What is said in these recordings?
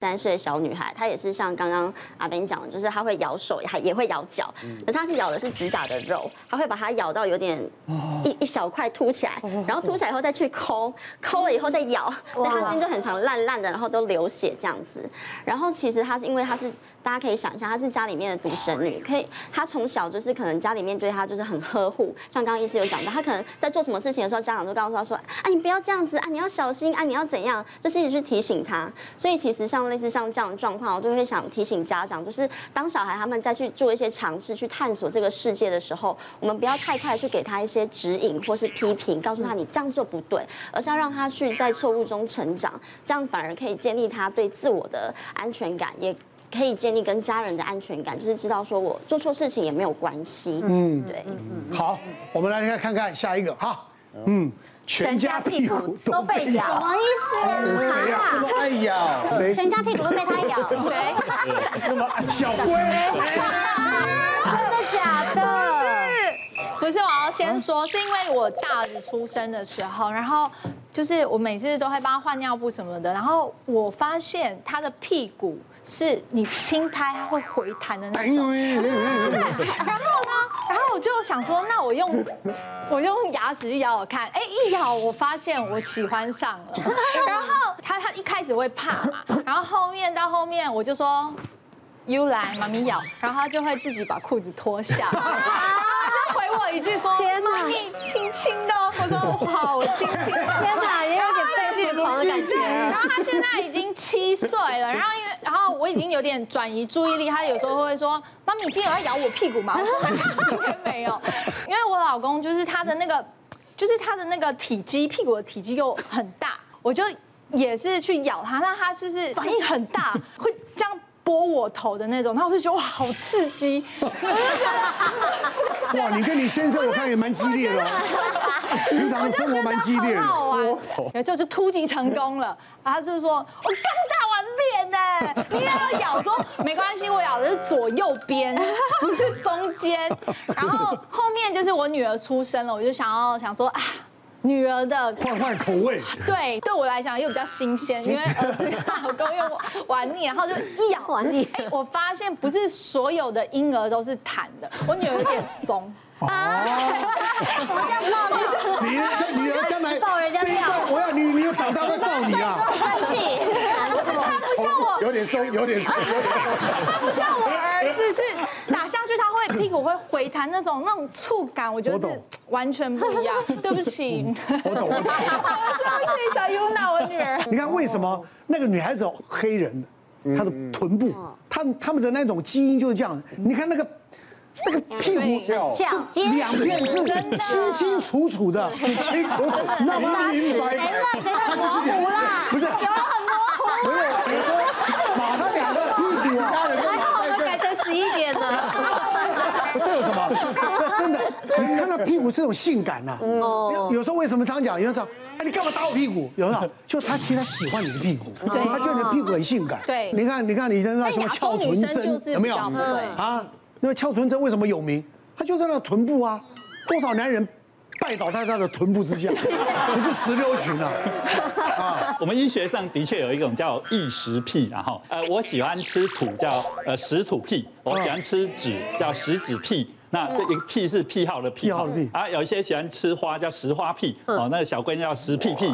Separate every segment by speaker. Speaker 1: 三岁小女孩，她也是像刚刚阿斌讲的，就是她会咬手，还也会咬脚，可是她是咬的是指甲的肉，她会把它咬到有点一一小块凸起来，然后凸起来以后再去抠，抠了以后再咬，所以她那边就很常烂烂的，然后都流血这样子。然后其实她是因为她是大家可以想一下，她是家里面的独生女，可以她从小就是可能家里面对她就是很呵护，像刚刚医师有讲到，她可能在做什么事情的时候，家长都告诉她说，啊你不要这样子啊，你要小心啊，你要怎样，就是一直去提醒她。所以其实像类似像这样的状况，我就会想提醒家长，就是当小孩他们再去做一些尝试、去探索这个世界的时候，我们不要太快去给他一些指引或是批评，告诉他你这样做不对，而是要让他去在错误中成长，这样反而可以建立他对自我的安全感，也。可以建立跟家人的安全感，就是知道说我做错事情也没有关系。嗯，对。
Speaker 2: 好，我们来看看看下一个哈，嗯，全家屁股都被
Speaker 3: 被咬，
Speaker 4: 么意思
Speaker 2: 谁呀？那么爱咬，谁
Speaker 4: 全家屁股都被他咬，真
Speaker 3: 谁？
Speaker 2: 那么爱小龟？
Speaker 4: 的假的？
Speaker 3: 不是，我要先说，是因为我大儿子出生的时候，然后就是我每次都会帮他换尿布什么的，然后我发现他的屁股是你轻拍他会回弹的那
Speaker 2: 哎
Speaker 3: 种。
Speaker 2: 呦哎呦哎呦哎呦
Speaker 3: 对， 然后呢，然后我就想说，那我用 我用牙齿去咬咬看，哎，一咬我发现我喜欢上了， 然后他他一开始会怕嘛，然后后面到后面我就说。You 来，妈咪咬， 然后他就会自己把裤子脱下，然后他就回我一句说：“妈咪轻轻的哦。”我说：“我好，我轻轻的。”
Speaker 4: 天哪，也有点被虐狂的感
Speaker 3: 然
Speaker 4: 觉。
Speaker 3: 后他现在已经七岁了，然后因为然后我已经有点转移注意力，他有时候会说：“妈咪，你今天有要咬我屁股吗？”我说：“今天没有。”因为我老公就是他的那个，就是他的那个体积，屁股的体积又很大，我就也是去咬他，那他就是反应很大，会这样。拨我头的那种，然后我就觉得哇，好刺激！我就觉
Speaker 2: 哇，你跟你先生我看也蛮激烈的哦，平常的 生活蛮激烈
Speaker 3: 得
Speaker 2: 的。哦
Speaker 3: 好好玩。有时候就突击成功了，然后他就说：“我刚打完便呢， 你也有咬。”说没关系，我咬的是左右边， 不是中 间。然后后面就是我女儿出生了，我就想要想说啊，女儿的
Speaker 2: 换换口味，
Speaker 3: 对，对我来讲又比较新鲜， 因为儿子老公又玩腻，然后就一咬
Speaker 4: 玩 腻
Speaker 3: 哎我发现不是所有的婴儿都是弹的，我女儿有点松。
Speaker 4: 我这样抱你就
Speaker 2: 你这女儿将来
Speaker 4: 抱人家
Speaker 2: 这一
Speaker 4: 料
Speaker 2: 段，我要你你有长大会抱你啊，
Speaker 4: 生气。
Speaker 3: 不像我
Speaker 2: 有点松，有点松。
Speaker 3: 他不像我儿子是打下去，他会屁股会回弹那种那种触感，我觉
Speaker 2: 我
Speaker 3: 得是
Speaker 2: 懂
Speaker 3: 完全不一样。对不起，
Speaker 2: 我懂我懂
Speaker 3: 对不起，小 Yuna，我女儿。
Speaker 2: 你看为什
Speaker 4: 哦
Speaker 2: 么那个女孩子哦黑人，她的臀部，
Speaker 4: 哦
Speaker 2: 她她们的那种基因就是这样。
Speaker 4: 嗯
Speaker 2: 你看那个那个屁股
Speaker 4: 翘
Speaker 2: 是两片是清清楚楚的，清清楚 楚，那么明白
Speaker 4: 没了没了，模哎糊啦，
Speaker 2: 不是
Speaker 4: 有了很模糊。
Speaker 2: 不是，你说马上两个屁股 啊，
Speaker 4: 还好我们改成十一点了，
Speaker 2: 这有什 么？真的，你看到屁股是种性感呐、
Speaker 3: 嗯哦
Speaker 2: 有有时候为什么常讲？有人说，哎，你干嘛打我屁股？有没有？就他其实他喜欢你的屁股，
Speaker 3: 嗯对
Speaker 2: 他觉得你的屁股很性感。
Speaker 3: 对哎
Speaker 2: 你看，你看，你那什么翘臀
Speaker 3: 但亚洲女生就
Speaker 2: 针
Speaker 3: 是
Speaker 2: 有没有？
Speaker 3: 比较不会
Speaker 2: 啊，那个翘臀针为什么有名？他就是那个臀部啊，多少男人拜倒在他的臀部之 下，不是石榴裙啊。
Speaker 5: 我们医学上的确有一种叫异食癖，然后呃，我喜欢吃土叫呃食土癖，我喜欢吃纸叫食纸癖。那这一个癖是癖好的癖，
Speaker 2: 癖好的癖
Speaker 5: 啊，有一些喜欢吃花叫食花癖，哦，那个小闺女叫食屁屁。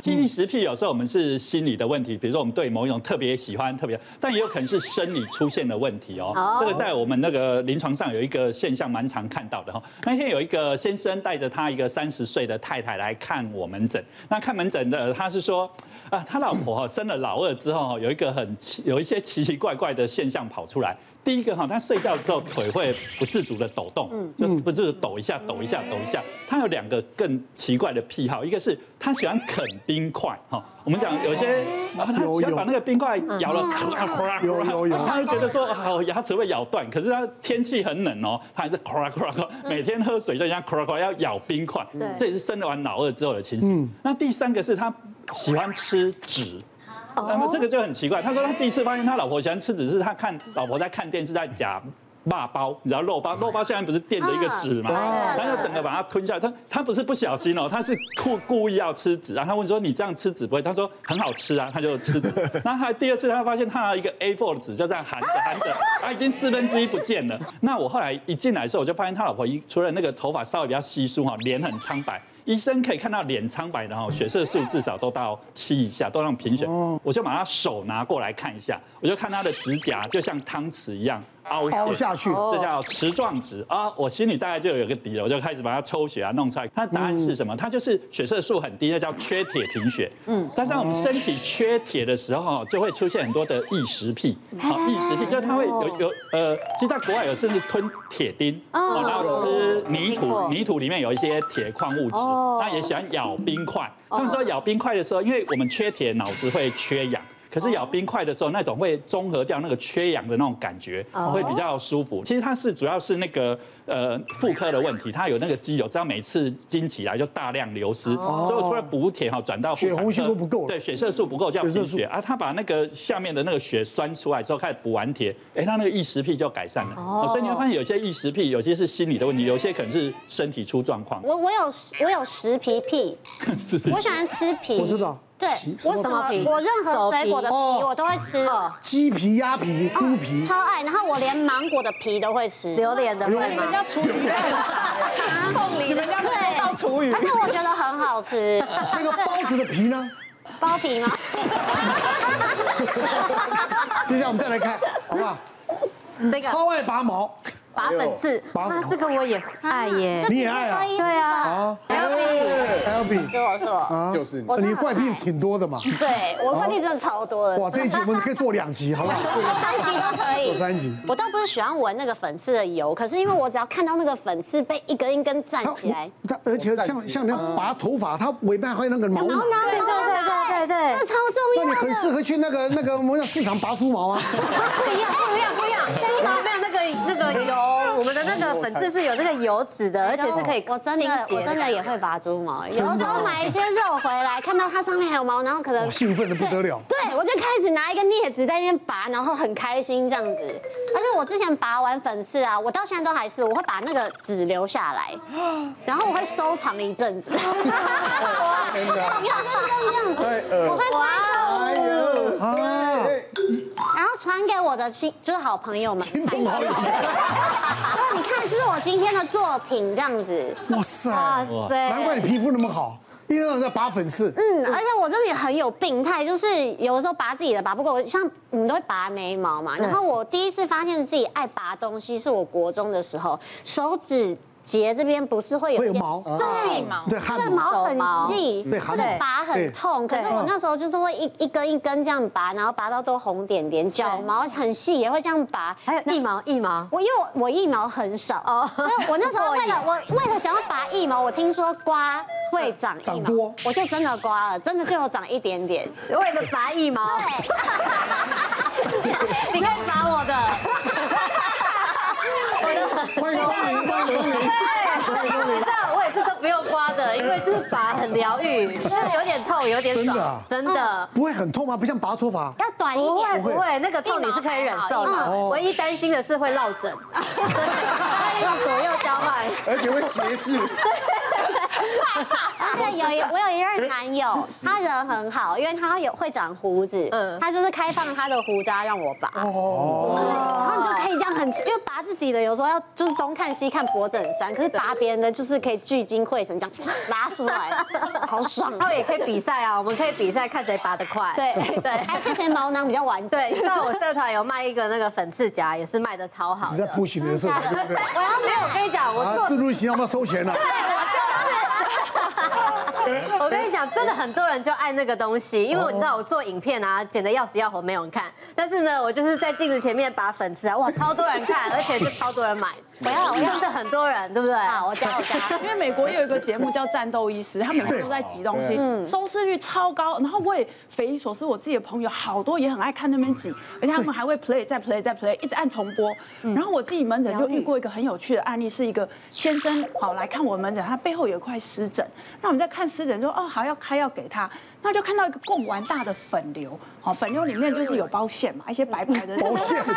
Speaker 5: 记忆食癖有时候我们是心理的问题，比如说我们对某一种特别喜欢、特别，但也有可能是生理出现的问题哦、这个在我们那个临床上有一个现象蛮常看到的哈、那天有一个先生带着他一个三十岁的太太来看我门诊，那看门诊的他是说。啊，他老婆哈生了老二之后，有一个很奇，有一些奇奇怪怪的现象跑出来。第一个哈，他睡觉的时候腿会不自主的抖动，就不自主地抖一下、抖一下、抖一下。他有两个更奇怪的癖好，一个是他喜欢啃冰块哈，我们讲有些，然后他
Speaker 2: 有
Speaker 5: 喜欢把
Speaker 2: 有
Speaker 5: 那个冰块咬了，咔啦咔啦，
Speaker 2: 有有有
Speaker 5: 他会觉得说啊，我牙齿会咬断，可是他天气很冷哦，他还是咔啦咔啦咔啦，每天喝水就像咔啦咔啦要咬冰块，这也是生了完老二之后的情形。那第三个是他喜欢吃纸。
Speaker 1: 哦
Speaker 5: 那么这个就很奇怪，他说他第一次发现他老婆喜欢吃纸，是他看老婆在看电视在夹骂包，你知道肉包，肉包现在不是垫着一个纸嘛，
Speaker 2: 哦
Speaker 6: 啊
Speaker 5: 然后就整个把它吞下来。他他不是不小心哦、他是故故意要吃纸。然后他问说：“你这样吃纸不会？”他说：“很好吃啊。”他就吃 纸。然后他第二次他发现他拿一个 A4 的纸就这样含着含着，他已经四分之一不见了。那我后来一进来的时候，我就发现他老婆一除了那个头发稍微比较稀疏哈，脸很苍白。医生可以看到脸苍白，然后血色素至少都到七以下，都让贫血。
Speaker 2: 哦
Speaker 5: 我就把他手拿过来看一下，我就看他的指甲就像汤匙一样凹陷
Speaker 2: 凹下去
Speaker 3: 哦
Speaker 5: 这叫池状值啊！我心里大概就有个底了，我就开始把它抽血啊，弄出来。它的答案是什么？它就是血色素很低，那叫缺铁贫血。嗯，但是我们身体缺铁的时候，就会出现很多的异食癖。好，异食癖就是它会有有呃，其实在国外有甚至吞铁钉，哦，然后吃泥
Speaker 1: 听过哦
Speaker 5: 土，泥土里面有一些铁矿物质，那也喜欢咬冰块。他们说咬冰块的时候，因为我们缺铁，脑子会缺氧。可是咬冰块的时候，那种会综合掉那个缺氧的那种感觉，
Speaker 1: 哦
Speaker 5: 会比较舒服。其实它是主要是那个呃妇科的问题，它有那个肌瘤，只要每次经期来就大量流失，
Speaker 1: 哦
Speaker 5: 所以我除了补铁哈，转到妇
Speaker 2: 血红
Speaker 5: 产科
Speaker 2: 素都不够了
Speaker 5: 对，血色素不够叫
Speaker 2: 血色
Speaker 5: 贫
Speaker 2: 素
Speaker 5: 血啊。他把那个下面的那个血酸出来之后，开始补完铁，哎，他那个异食癖就改善了。哦，所以你会发现有些异食癖，有些是心理的问题，有些可能是身体出状况。
Speaker 1: 我我有我有食皮癖， 我喜欢吃皮。
Speaker 2: 我知道
Speaker 1: 对
Speaker 2: 皮，
Speaker 1: 我
Speaker 2: 什么
Speaker 1: 什么
Speaker 6: 皮
Speaker 1: 我任何水果的皮
Speaker 2: 手皮哦
Speaker 1: 我都会吃，
Speaker 2: 鸡皮、鸭皮、猪皮，
Speaker 3: 啊
Speaker 1: 超爱。然后我连芒果的皮都会吃，
Speaker 7: 榴莲的会吗？
Speaker 8: 要厨余很少，凤梨人家
Speaker 1: 对
Speaker 8: 到厨
Speaker 2: 嗯
Speaker 8: 余
Speaker 1: 但。是我觉得很好 吃。
Speaker 2: 那个包子的皮呢？
Speaker 1: 包皮吗？
Speaker 2: 接下来我们再来看，好不 好？
Speaker 7: 这个
Speaker 2: 超爱拔毛，
Speaker 7: 拔粉刺，
Speaker 2: 拔粉
Speaker 7: 啊，这个我也哎爱耶。
Speaker 2: 你也爱啊
Speaker 1: 这皮是可以吃的
Speaker 7: 对啊，
Speaker 2: 啊，L B，
Speaker 1: 是我是我，
Speaker 2: 啊，
Speaker 9: 就是你
Speaker 1: 我
Speaker 2: 你怪癖挺多的嘛。
Speaker 1: 对我怪癖真的超多的。
Speaker 2: 哇，这一集我 们可以做两集，好不好？
Speaker 1: 三集都可以，
Speaker 2: 做三集
Speaker 1: 我倒不是喜欢闻那个粉刺的油，可是因为我只要看到那个粉刺被一根一根站
Speaker 2: 他
Speaker 1: 起来，
Speaker 2: 他而且像像那样拔头发，他尾巴还有那个毛
Speaker 1: 啊毛
Speaker 2: 嘛
Speaker 1: 囊，毛囊，
Speaker 7: 对对对对
Speaker 1: 这超
Speaker 2: 那
Speaker 1: 重
Speaker 2: 你
Speaker 1: 要
Speaker 2: 很
Speaker 1: 的。
Speaker 2: 适合去那个那个我们叫市场拔猪 毛啊。
Speaker 7: 不一样，不一样，不一样。但是旁边有那个那个油，我们的那个粉刺是有那个油脂的，而且是可以
Speaker 1: 我真
Speaker 7: 清
Speaker 1: 的
Speaker 7: 洁
Speaker 1: 我真的也会拔猪毛，有
Speaker 7: 哦
Speaker 1: 的时候买一些肉回来，看到它上面还有毛，然后可能
Speaker 2: 哇哦兴奋得不得了
Speaker 1: 对，我就开始拿一个镊子在那边拔，然后很开心这样子。而且我之前拔完粉刺啊，我到现在都还是，我会把那个籽留下来，然后我会收藏一阵子。
Speaker 9: 真的
Speaker 1: 你好像是这样子，
Speaker 9: 太恶
Speaker 1: 我会拍
Speaker 9: 哎
Speaker 1: 手，
Speaker 9: 呦，
Speaker 2: 啊，
Speaker 1: 然后传给我的亲，就是好 朋友们。
Speaker 2: 亲朋好友，
Speaker 1: 说你看，这是我今天的作品，这样子。
Speaker 2: 哇塞，
Speaker 7: 哇塞，
Speaker 2: 难怪你皮肤那么好，一直在拔粉刺。
Speaker 1: 嗯，而且我真的也很有病态，就是有的时候拔自己的拔不够，像我们都会拔眉毛嘛。然后我第一次发现自己爱拔东西，是我国中的时候，手指节这边不是会有
Speaker 2: 会有
Speaker 1: 一点
Speaker 2: 毛
Speaker 1: 对
Speaker 3: 细毛
Speaker 1: 对
Speaker 2: 对，汗毛，
Speaker 1: 啊毛很细，
Speaker 2: 对汗
Speaker 1: 或者
Speaker 2: 毛
Speaker 1: 拔
Speaker 2: 对
Speaker 1: 很痛。可
Speaker 7: 对
Speaker 1: 是我那时候就是会一一根一根这样拔，然后拔到都红点点，脚毛很细也会这样拔，
Speaker 7: 还有一毛一毛，
Speaker 1: 我因为我我腋毛很少，
Speaker 7: 哦
Speaker 1: 哦，所以我那时候为 了我为了想要拔腋毛，我听说刮
Speaker 7: 呃
Speaker 1: 会长腋毛
Speaker 2: 长多
Speaker 1: 我就真的刮了，真的就有长一点点。
Speaker 7: 为了拔一毛，哦 你可以拔我的，
Speaker 2: 欢迎光临，欢迎光临。
Speaker 7: 你知道我也是都不用刮的，因为就是拔很疗愈，就是有点痛，有点
Speaker 2: 真的
Speaker 7: 爽
Speaker 2: 啊，
Speaker 7: 真的。
Speaker 2: 不会很痛吗？不像拔 头发，
Speaker 1: 要短一
Speaker 7: 不会
Speaker 1: 点，
Speaker 7: 不会，那个痛你是可以忍受的。唯一担心的是会 落枕，它一直左右交换。
Speaker 9: 而且会斜视，
Speaker 1: 而且有一我有一任男友，他人很好，因为他有会长胡子，
Speaker 7: 嗯
Speaker 1: 他就是开放他的胡渣让我拔，然后你就可以这样很，因为拔自己的有时候要就是东看西看脖子很酸，可是拔别人的就是可以聚精会神这样 拉出来，好 爽啊。
Speaker 7: 他们也可以比赛啊，我们可以比赛看谁拔得快。
Speaker 1: 对
Speaker 7: 对
Speaker 1: 还看谁毛囊比较完整。
Speaker 7: 对，你知道我社团有卖一个那个粉刺夹，也是卖的超好
Speaker 2: 你
Speaker 7: 的
Speaker 2: 在。push 你的 社团，对不对？
Speaker 7: 我要没有，我跟你讲，我
Speaker 2: 啊，
Speaker 7: 做
Speaker 2: 自助型要不要收钱了？
Speaker 7: 我跟你讲，真的很多人就爱那个东西，因为
Speaker 1: 哦
Speaker 7: 我你知道我做影片啊，剪的要死要活，没有人看。但是呢，我就是在镜子前面把粉刺啊，哇，超多人 看，而且就超多人买，
Speaker 1: 我要我
Speaker 7: 真
Speaker 1: 要
Speaker 7: 的很多人，对不对？
Speaker 1: 啊，我家我家。
Speaker 8: 因为美国有一个节目叫《战斗医师》，他每天都在挤东西，收视率超高。然后我也匪夷所思，我自己的朋友好多也很爱看那边挤，而且他们还会 play 再 play 再 play，一直按重播。然后我自己门诊就遇过一个很有趣的案例，是一个先生好来看我门诊，他背后有一块湿疹。那我们在看吃的人说哦好要开药给他，那就看到一个贡丸大的粉瘤，好粉瘤里面就是有包馅嘛，一些白白的
Speaker 2: 保险，
Speaker 1: 芝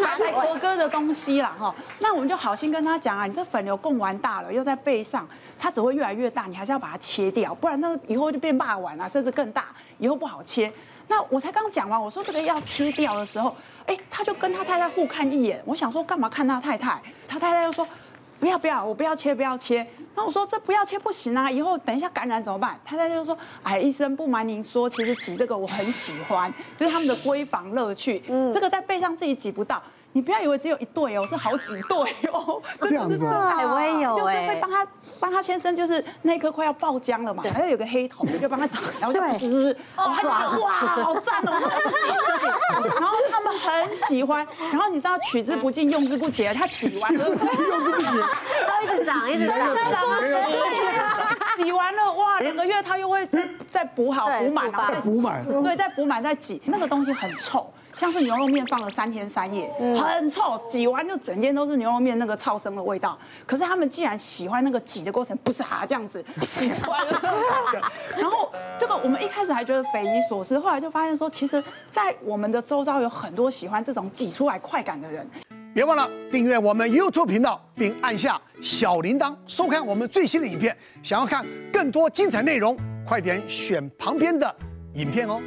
Speaker 1: 麻
Speaker 8: 白
Speaker 1: 口味
Speaker 8: 哎国歌的东西啦哈。那我们就好心跟他讲啊，你这粉瘤供完大了，又在背上，它只会越来越大，你还是要把它切掉，不然那以后就变霸碗啊，甚至更大，以后不好切。那我才刚讲完，我说这个要切掉的时候，哎，他就跟他太太互看一眼，我想说干嘛看他太太？他太太又说。不要不要，我不要切不要切。那我说这不要切不行啊，以后等一下感染怎么办？他太太就说，哎，医生不瞒您说，其实挤这个我很喜欢，这是他们的闺房乐趣。嗯，这个在背上自己挤不到，你不要以为只有一对哦，是好几对哦，
Speaker 2: 这样子哦
Speaker 7: 哎，我也有
Speaker 8: 就是
Speaker 7: 哎，
Speaker 8: 会帮他帮他先生，就是那一颗快要爆浆了嘛，然后有个黑桶就帮他挤，然后就滋，哦，他就觉得哇，好赞哦， 他就挤自己然后他们很喜欢，然后你知道取之不尽，用之不竭，他挤完了。
Speaker 2: 用这么严，
Speaker 7: 都一直长，一直 长，
Speaker 8: 挤完了哇，两个月他又会再再补好
Speaker 7: 对
Speaker 8: 补满，
Speaker 7: 补满
Speaker 2: 再补
Speaker 8: 然后
Speaker 2: 满
Speaker 8: 对，再补满再挤。那个东西很臭，像是牛肉面放了三天三夜，很臭，挤完就整间都是牛肉面那个超生的味道。可是他们既然喜欢那个挤的过程，不是啊这样子挤出来就是这样然后这个我们一开始还觉得匪夷所思，后来就发现说，其实，在我们的周遭有很多喜欢这种挤出来快感的人。
Speaker 2: 别忘了订阅我们 YouTube 频道，并按下小铃铛，收看我们最新的影片。想要看更多精彩内容，快点选旁边的影片哦。